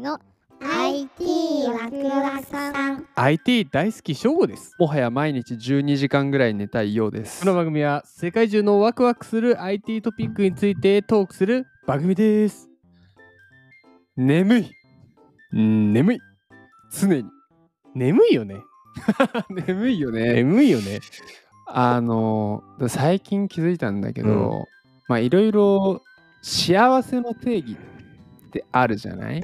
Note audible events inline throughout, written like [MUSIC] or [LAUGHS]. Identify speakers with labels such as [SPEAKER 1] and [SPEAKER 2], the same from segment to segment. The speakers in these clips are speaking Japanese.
[SPEAKER 1] の
[SPEAKER 2] IT ワクワクさん
[SPEAKER 3] IT 大好き翔吾です
[SPEAKER 4] もはや毎日12時間ぐらい寝たいようです
[SPEAKER 3] この番組は世界中のワクワクする IT トピックについてトークする番組です
[SPEAKER 4] 眠いうん眠い常に
[SPEAKER 3] 眠いよね
[SPEAKER 4] [LAUGHS] 眠いよね
[SPEAKER 3] 眠いよ [LAUGHS] ね
[SPEAKER 4] あの最近気づいたんだけど、まあいろいろ幸せの定義ってあるじゃない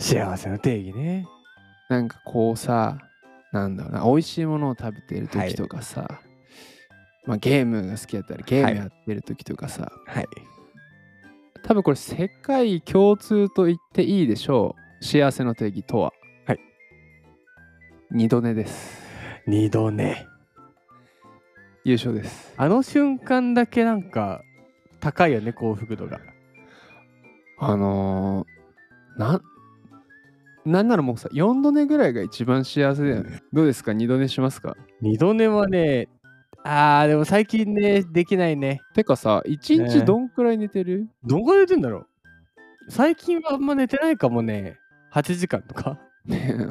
[SPEAKER 3] 幸せの定義ね
[SPEAKER 4] なんかこうさなんだろうな美味しいものを食べてる時とかさ、まあ、ゲームが好きだったらゲームやってる時とかさ、
[SPEAKER 3] はい
[SPEAKER 4] 多分これ世界共通と言っていいでしょう幸せの定義とは
[SPEAKER 3] はい
[SPEAKER 4] 二度寝です
[SPEAKER 3] 二度ね
[SPEAKER 4] 優勝です
[SPEAKER 3] あの瞬間だけなんか高いよね幸福度が
[SPEAKER 4] あのー、なんなんならもうさ4度寝ぐらいが一番幸せだよねどうですか二度寝しますか
[SPEAKER 3] 二度寝はねあーでも最近ねできないね
[SPEAKER 4] てかさ一
[SPEAKER 3] ね
[SPEAKER 4] 日どんくらい寝てる、
[SPEAKER 3] [LAUGHS] どんぐらい寝てんだろう最近はあんま寝てないかもね8時間とか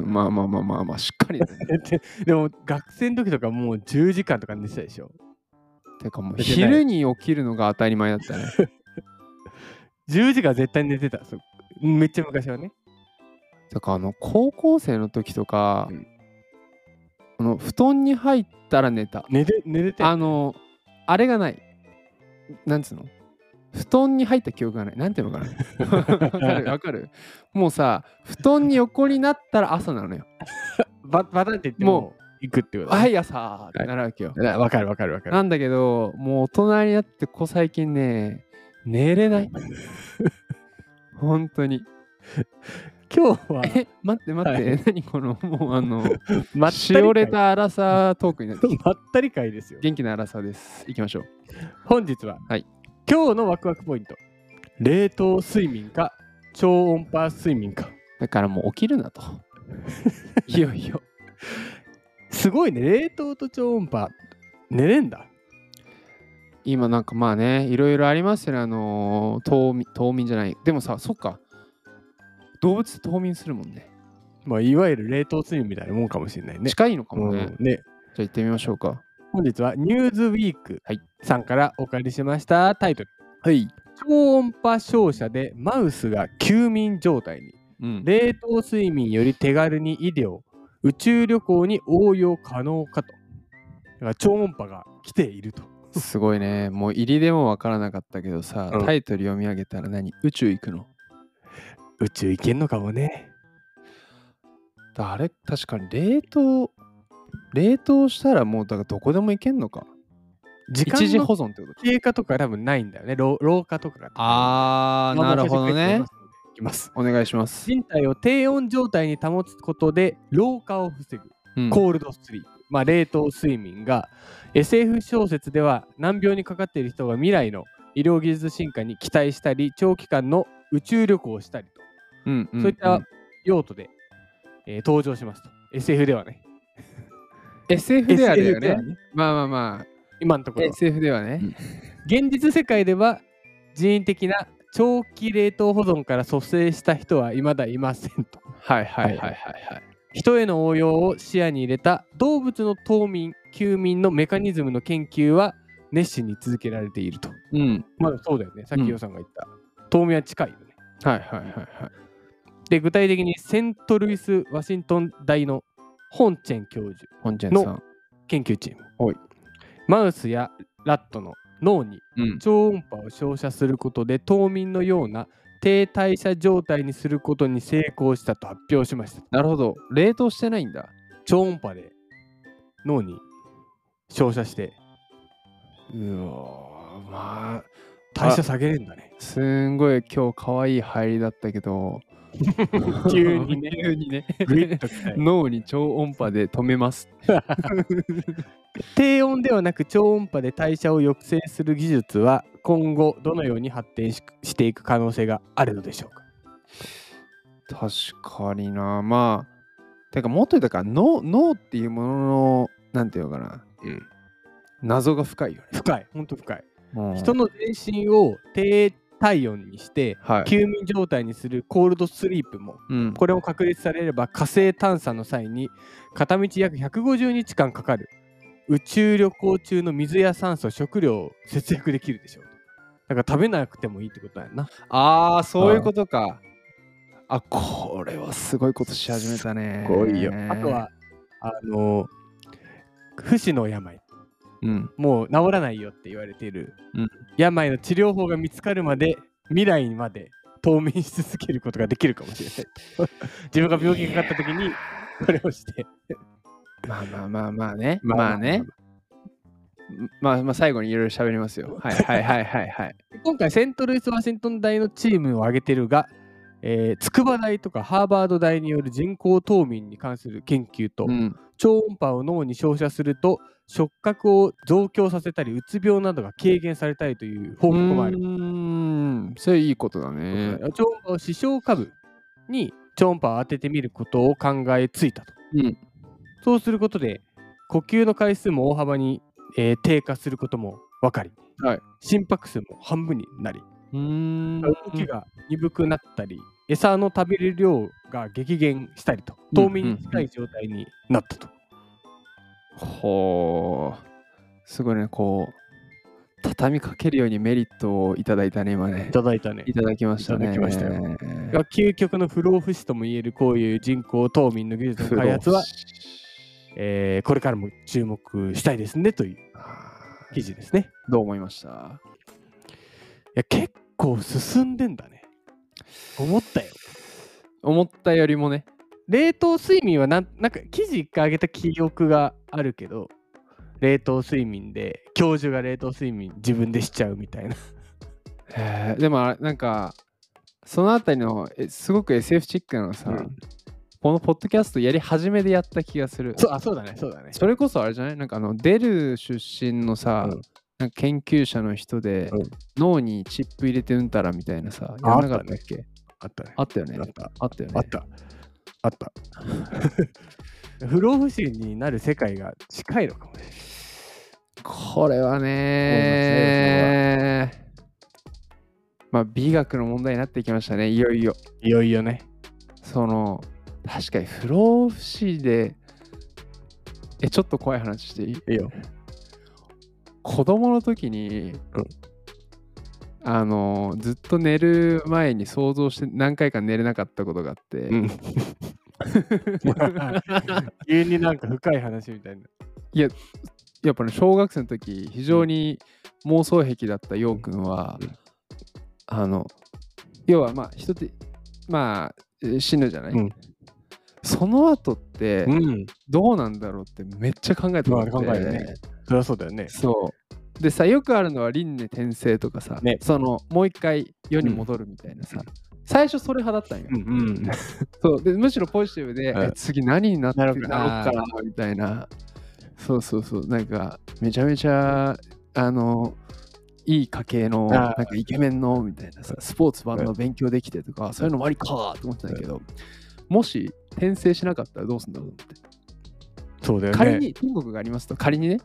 [SPEAKER 4] まあまあまあまあまあしっかり
[SPEAKER 3] [LAUGHS]
[SPEAKER 4] 寝てる
[SPEAKER 3] でも学生の時とかもう10時間とか寝てたでしょ
[SPEAKER 4] てかもう
[SPEAKER 3] 寝てない
[SPEAKER 4] 昼に起きるのが当たり前だっ
[SPEAKER 3] [LAUGHS]
[SPEAKER 4] たね
[SPEAKER 3] 10時間絶対寝てたそうめっちゃ昔はね
[SPEAKER 4] だからあの高校生の時とか、
[SPEAKER 3] うん
[SPEAKER 4] あの布団に入ったら寝た
[SPEAKER 3] 寝て寝れて
[SPEAKER 4] あの、あれがない。なんつうの布団に入った記憶がない。なんていうのかなわかるわかるもうさ、布団に横になったら朝なのよ。
[SPEAKER 3] ババタンって言っても
[SPEAKER 4] も
[SPEAKER 3] 行くってことだね
[SPEAKER 4] はい、朝ってなるわけよ。
[SPEAKER 3] なわかるわかるわかる
[SPEAKER 4] なんだけど、もう大人になって、ここ最近ね、寝れない。本当に。
[SPEAKER 3] 今日は
[SPEAKER 4] え、待って待って、何この、もうあの、
[SPEAKER 3] ま
[SPEAKER 4] しおれた荒さトークになってきた。
[SPEAKER 3] [LAUGHS] まったり会ですよ。
[SPEAKER 4] 元気な荒さです。行きましょう。
[SPEAKER 3] 本日は、
[SPEAKER 4] はい
[SPEAKER 3] 今日のワクワクポイント。冷凍睡眠か超音波睡眠か。
[SPEAKER 4] だからもう起きるなと。いよいよ。
[SPEAKER 3] すごいね、冷凍と超音波。寝れんだ。
[SPEAKER 4] 今なんかまあねいろいろありますよねあのー冬眠冬眠じゃないでもさそっか動物って冬眠するもんね
[SPEAKER 3] まあ、いわゆる冷凍睡眠みたいなもんかもしれないね。
[SPEAKER 4] 近いのか
[SPEAKER 3] う
[SPEAKER 4] もね、
[SPEAKER 3] ん
[SPEAKER 4] じゃ
[SPEAKER 3] ね
[SPEAKER 4] あ行ってみましょうか
[SPEAKER 3] 本日はニューズウィーク
[SPEAKER 4] はい
[SPEAKER 3] さんからお借りしましたタイトル。
[SPEAKER 4] はい、
[SPEAKER 3] 超音波照射でマウスが休眠状態に。
[SPEAKER 4] うん、
[SPEAKER 3] 冷凍睡眠より手軽に医療宇宙旅行に応用可能かとだから超音波が来ていると
[SPEAKER 4] すごいねもう入りでもわからなかったけどさ、
[SPEAKER 3] うん
[SPEAKER 4] タイトル読み上げたら何宇宙行くの
[SPEAKER 3] 宇宙行けんのかもね
[SPEAKER 4] だあれ確かに冷凍冷凍したらもうだからどこでも行けんのか
[SPEAKER 3] 時
[SPEAKER 4] 一
[SPEAKER 3] 間
[SPEAKER 4] 時
[SPEAKER 3] の
[SPEAKER 4] 保存ってことか
[SPEAKER 3] 経過とか多分ないんだよね老老化とかが
[SPEAKER 4] あーなるほどね
[SPEAKER 3] いきます
[SPEAKER 4] お願いします、
[SPEAKER 3] 人体を低温状態に保つことで老化を防ぐ
[SPEAKER 4] うん
[SPEAKER 3] コールドスリープ、まあ、冷凍睡眠が SF 小説では難病にかかっている人が未来の医療技術進化に期待したり長期間の宇宙旅行をしたりと
[SPEAKER 4] うんうん
[SPEAKER 3] そういった用途で、えー登場しますと。SF ではね。
[SPEAKER 4] SF ではだよ
[SPEAKER 3] SF で
[SPEAKER 4] ね
[SPEAKER 3] はね
[SPEAKER 4] まあまあま
[SPEAKER 3] 今のとこ
[SPEAKER 4] あ
[SPEAKER 3] ろは。
[SPEAKER 4] SF ではね、
[SPEAKER 3] 現実世界では人為的な長期冷凍保存から蘇生した人は未だいませんと。
[SPEAKER 4] はいはい
[SPEAKER 3] はい
[SPEAKER 4] は
[SPEAKER 3] はいい
[SPEAKER 4] はい。
[SPEAKER 3] 人への応用を視野に入れた動物の冬眠、休眠のメカニズムの研究は熱心に続けられていると。
[SPEAKER 4] うん。
[SPEAKER 3] まあそうだよね。さっきヨさんが言った。冬眠は近いよね。
[SPEAKER 4] はいはいはいはい。
[SPEAKER 3] で、具体的にセントルイス・ワシントン大のホンチェン教授。
[SPEAKER 4] 本ちゃんさん。
[SPEAKER 3] 研究チーム
[SPEAKER 4] はい
[SPEAKER 3] マウスやラットの脳に
[SPEAKER 4] うん。
[SPEAKER 3] 超音波を照射することで冬眠のような低代謝状態にすることに成功したと発表しました
[SPEAKER 4] なるほど。冷凍してないんだ。
[SPEAKER 3] 超音波で脳に照射して
[SPEAKER 4] うわまあ。
[SPEAKER 3] 代謝下げれんだね
[SPEAKER 4] すんごい今日可愛い入りだったけ [LAUGHS] ど。
[SPEAKER 3] [LAUGHS] 急にね
[SPEAKER 4] 急にね。
[SPEAKER 3] グイッと来た
[SPEAKER 4] 脳に超音波で止めます。
[SPEAKER 3] [LAUGHS] 低温ではなく超音波で代謝を抑制する技術は今後どのように発展ししていく可能性があるのでしょうか
[SPEAKER 4] 確かにな。まあ。てか、もっと言うとだから脳、脳っていうものの、なんていうのかな。
[SPEAKER 3] うん
[SPEAKER 4] 謎が深いよね。
[SPEAKER 3] 深いほんと深い
[SPEAKER 4] うん
[SPEAKER 3] 人の全身を低体温にして
[SPEAKER 4] はい。
[SPEAKER 3] 休眠状態にするコールドスリープも
[SPEAKER 4] うん。
[SPEAKER 3] これも確立されれば火星探査の際に片道約150日間かかる宇宙旅行中の水や酸素食料を節約できるでしょうとだから食べなくてもいいってことやんな
[SPEAKER 4] ああ、そういうことか。あ、これはすごいことし始めたね。
[SPEAKER 3] あと、はあの不死の病
[SPEAKER 4] うん。
[SPEAKER 3] もう治らないよって言われている、
[SPEAKER 4] うん
[SPEAKER 3] 病の治療法が見つかるまで未来まで冬眠し続けることができるかもしれない
[SPEAKER 4] [LAUGHS]
[SPEAKER 3] 自分が病気にかかった時にこれをして
[SPEAKER 4] まあまあまあまあね。まあね。まあまあ最後にいろいろ喋りますよ。はいはいはいはいはい。 [LAUGHS]
[SPEAKER 3] 今回セントルイス・ワシントン大のチームを挙げてるが、えー筑波大とかハーバード大による人工冬眠に関する研究と、
[SPEAKER 4] うん。
[SPEAKER 3] 超音波を脳に照射すると触覚を増強させたりうつ病などが軽減されたりという報告もある
[SPEAKER 4] うーん。それいいことだね。
[SPEAKER 3] 超音波を視床下部に超音波を当ててみることを考えついたと
[SPEAKER 4] うん。
[SPEAKER 3] そうすることで呼吸の回数も大幅に、えー低下することも分かり、
[SPEAKER 4] はい
[SPEAKER 3] 心拍数も半分になり
[SPEAKER 4] うーん。
[SPEAKER 3] 動きが鈍くなったり、餌の食べる量が激減したりと、冬眠に近い状態になったと。
[SPEAKER 4] ほう。すごいね、こう、畳みかけるようにメリットをいただいたね、今ね
[SPEAKER 3] い。ただいたね
[SPEAKER 4] い。ただきましたね。
[SPEAKER 3] いただきましたよ
[SPEAKER 4] えー
[SPEAKER 3] が究極の不老不死ともいえるこういう人工冬眠の技術の開発は、えーこれからも注目したいですねという記事ですね。
[SPEAKER 4] どう思いました
[SPEAKER 3] いや結構進んでんだね。思ったよ。
[SPEAKER 4] 思ったよりもね、
[SPEAKER 3] 冷凍睡眠はなんなんか記事一回上げた記憶があるけど冷凍睡眠で教授が冷凍睡眠自分でしちゃうみたいな。
[SPEAKER 4] えーでもあれなんかそのあたりのえすごく SF チックなのがさ、
[SPEAKER 3] うん
[SPEAKER 4] このポッドキャストやり始めでやった気がする
[SPEAKER 3] そうあそうだねそうだね。
[SPEAKER 4] それこそあれじゃないなんかあのデル出身のさ、
[SPEAKER 3] うん
[SPEAKER 4] なんか研究者の人で、
[SPEAKER 3] うん
[SPEAKER 4] 脳にチップ入れてうんたらみたいなさや
[SPEAKER 3] あ
[SPEAKER 4] らなかったっけ
[SPEAKER 3] あったね。
[SPEAKER 4] あったよね
[SPEAKER 3] あった。
[SPEAKER 4] あったよね
[SPEAKER 3] あった。あった。 [LAUGHS] 不老不死になる世界が近いのかもしれない。
[SPEAKER 4] これはねまあ美学の問題になってきましたねいよいよ
[SPEAKER 3] いよいよね。
[SPEAKER 4] その確かに不老不死でえちょっと怖い話していい
[SPEAKER 3] いいよ。
[SPEAKER 4] 子供の時に、
[SPEAKER 3] うん
[SPEAKER 4] あのずっと寝る前に想像して何回か寝れなかったことがあって、
[SPEAKER 3] うん。 [LAUGHS] 急になんか深い話みたいな。
[SPEAKER 4] やっぱね小学生の時非常に妄想癖だったようくんは、
[SPEAKER 3] うん
[SPEAKER 4] あの要はまあ人ってまあえー死ぬじゃない、
[SPEAKER 3] うん
[SPEAKER 4] その後って
[SPEAKER 3] ん。
[SPEAKER 4] どうなんだろうってめっちゃ考えたことあって
[SPEAKER 3] まあ考えるねそりゃそうだよね。
[SPEAKER 4] そう。でさ、よくあるのは輪廻転生とかさ、
[SPEAKER 3] ね
[SPEAKER 4] そのもう一回世に戻るみたいなさ、最初それ派だったんよ。
[SPEAKER 3] んうん。
[SPEAKER 4] そうでむしろポジティブで、
[SPEAKER 3] うん
[SPEAKER 4] え次何になって
[SPEAKER 3] な
[SPEAKER 4] な
[SPEAKER 3] る
[SPEAKER 4] ろ
[SPEAKER 3] ほど
[SPEAKER 4] うかなみたいな。そうそうそう、なんかめちゃめちゃあのいい家系のな
[SPEAKER 3] あ
[SPEAKER 4] ん
[SPEAKER 3] ー
[SPEAKER 4] かイケメンのみたいなさ、スポーツ番の勉強できてとか、そういうのもありかと思ってたんだけど、もし転生しなかったらどうすんだろうって。
[SPEAKER 3] そうだよね。
[SPEAKER 4] 仮に天国がありますと仮にね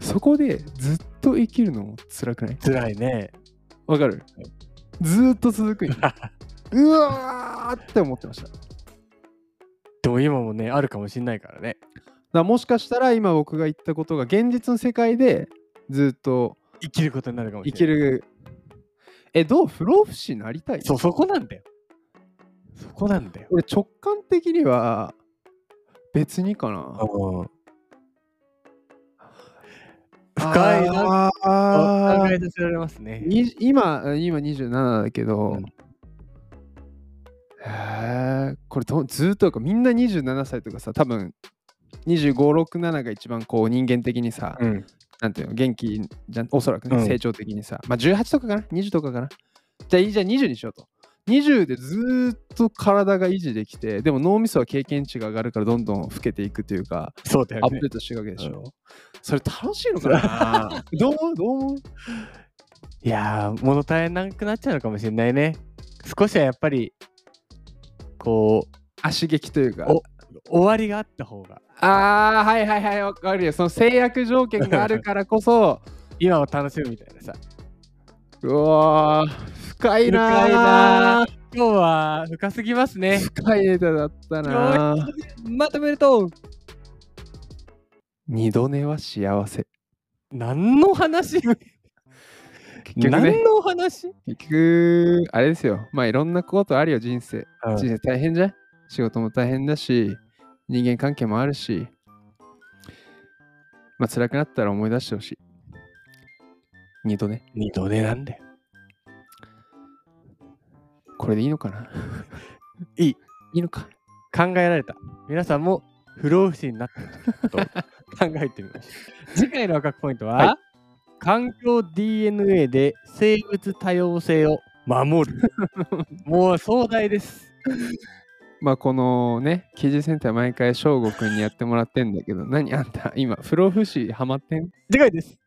[SPEAKER 4] そこでずっと生きるのも辛くない
[SPEAKER 3] 辛いね。
[SPEAKER 4] わかるずーっと続
[SPEAKER 3] [LAUGHS]
[SPEAKER 4] くんようわーって思ってましただか
[SPEAKER 3] でも今もね、あるかもしんないからね。
[SPEAKER 4] らもしかしたら今僕が言ったことが現実の世界でずっと
[SPEAKER 3] 生きることになるかもし
[SPEAKER 4] 生
[SPEAKER 3] れない。
[SPEAKER 4] き。るえどう不老不死になりたい
[SPEAKER 3] そう、そこなんだよ。そこなんだよ。
[SPEAKER 4] 俺直感的には別にかな
[SPEAKER 3] 深いな。
[SPEAKER 4] あー
[SPEAKER 3] 考えさせられますね。
[SPEAKER 4] に今今27だけど、
[SPEAKER 3] うん
[SPEAKER 4] へえこれどずっとかみんな27歳とかさ多分2567が一番こう人間的にさ、
[SPEAKER 3] うん。
[SPEAKER 4] なんていうの元気じゃんおそらくね、
[SPEAKER 3] うん
[SPEAKER 4] 成長的にさまあ18とかかな20とかかなじゃあいいじゃあ20にしようと20でずーっと体が維持できてでも脳みそは経験値が上がるからどんどん老けていくというか
[SPEAKER 3] そうだよ
[SPEAKER 4] アップ
[SPEAKER 3] ね
[SPEAKER 4] デ。ートしていくわけでしょ、それ楽しいのか
[SPEAKER 3] [LAUGHS]
[SPEAKER 4] などう思うどう思う
[SPEAKER 3] いやー、物足りなくなっちゃうのかもしれないね。少しはやっぱり、こう、
[SPEAKER 4] あ刺激というか
[SPEAKER 3] お終わりがあった方が、
[SPEAKER 4] ああはいはいはいわかるよその制約条 [LAUGHS] 件があるからこそ
[SPEAKER 3] 今を楽しむみたいなさ。
[SPEAKER 4] うわー深いな
[SPEAKER 3] 深いな
[SPEAKER 4] あ
[SPEAKER 3] 今日は深すぎますね。
[SPEAKER 4] 深いネタだったなあ
[SPEAKER 3] まとめると、
[SPEAKER 4] 二度寝は幸せ
[SPEAKER 3] 何の
[SPEAKER 4] [LAUGHS]
[SPEAKER 3] 話、
[SPEAKER 4] 結局ね
[SPEAKER 3] 何の話、
[SPEAKER 4] 結局あれですよまあいろんなことあるよ人生
[SPEAKER 3] うん
[SPEAKER 4] 人生大変じゃん仕事も大変だし人間関係もあるしまあ辛くなったら思い出してほしい二度ね
[SPEAKER 3] 二度寝なんだよ。
[SPEAKER 4] これでいいのか [LAUGHS] な
[SPEAKER 3] いい
[SPEAKER 4] いいのか
[SPEAKER 3] 考えられた。皆さんも不老不死になってると考えてみましょう。次回の科学ポイントは、
[SPEAKER 4] は
[SPEAKER 3] 環境 DNA で生物多様性を守る。もう壮大です。
[SPEAKER 4] まあこのね記事センター毎回翔吾くんにやってもらってんだけど何あんた今不老不死ハマってん
[SPEAKER 3] 次回です。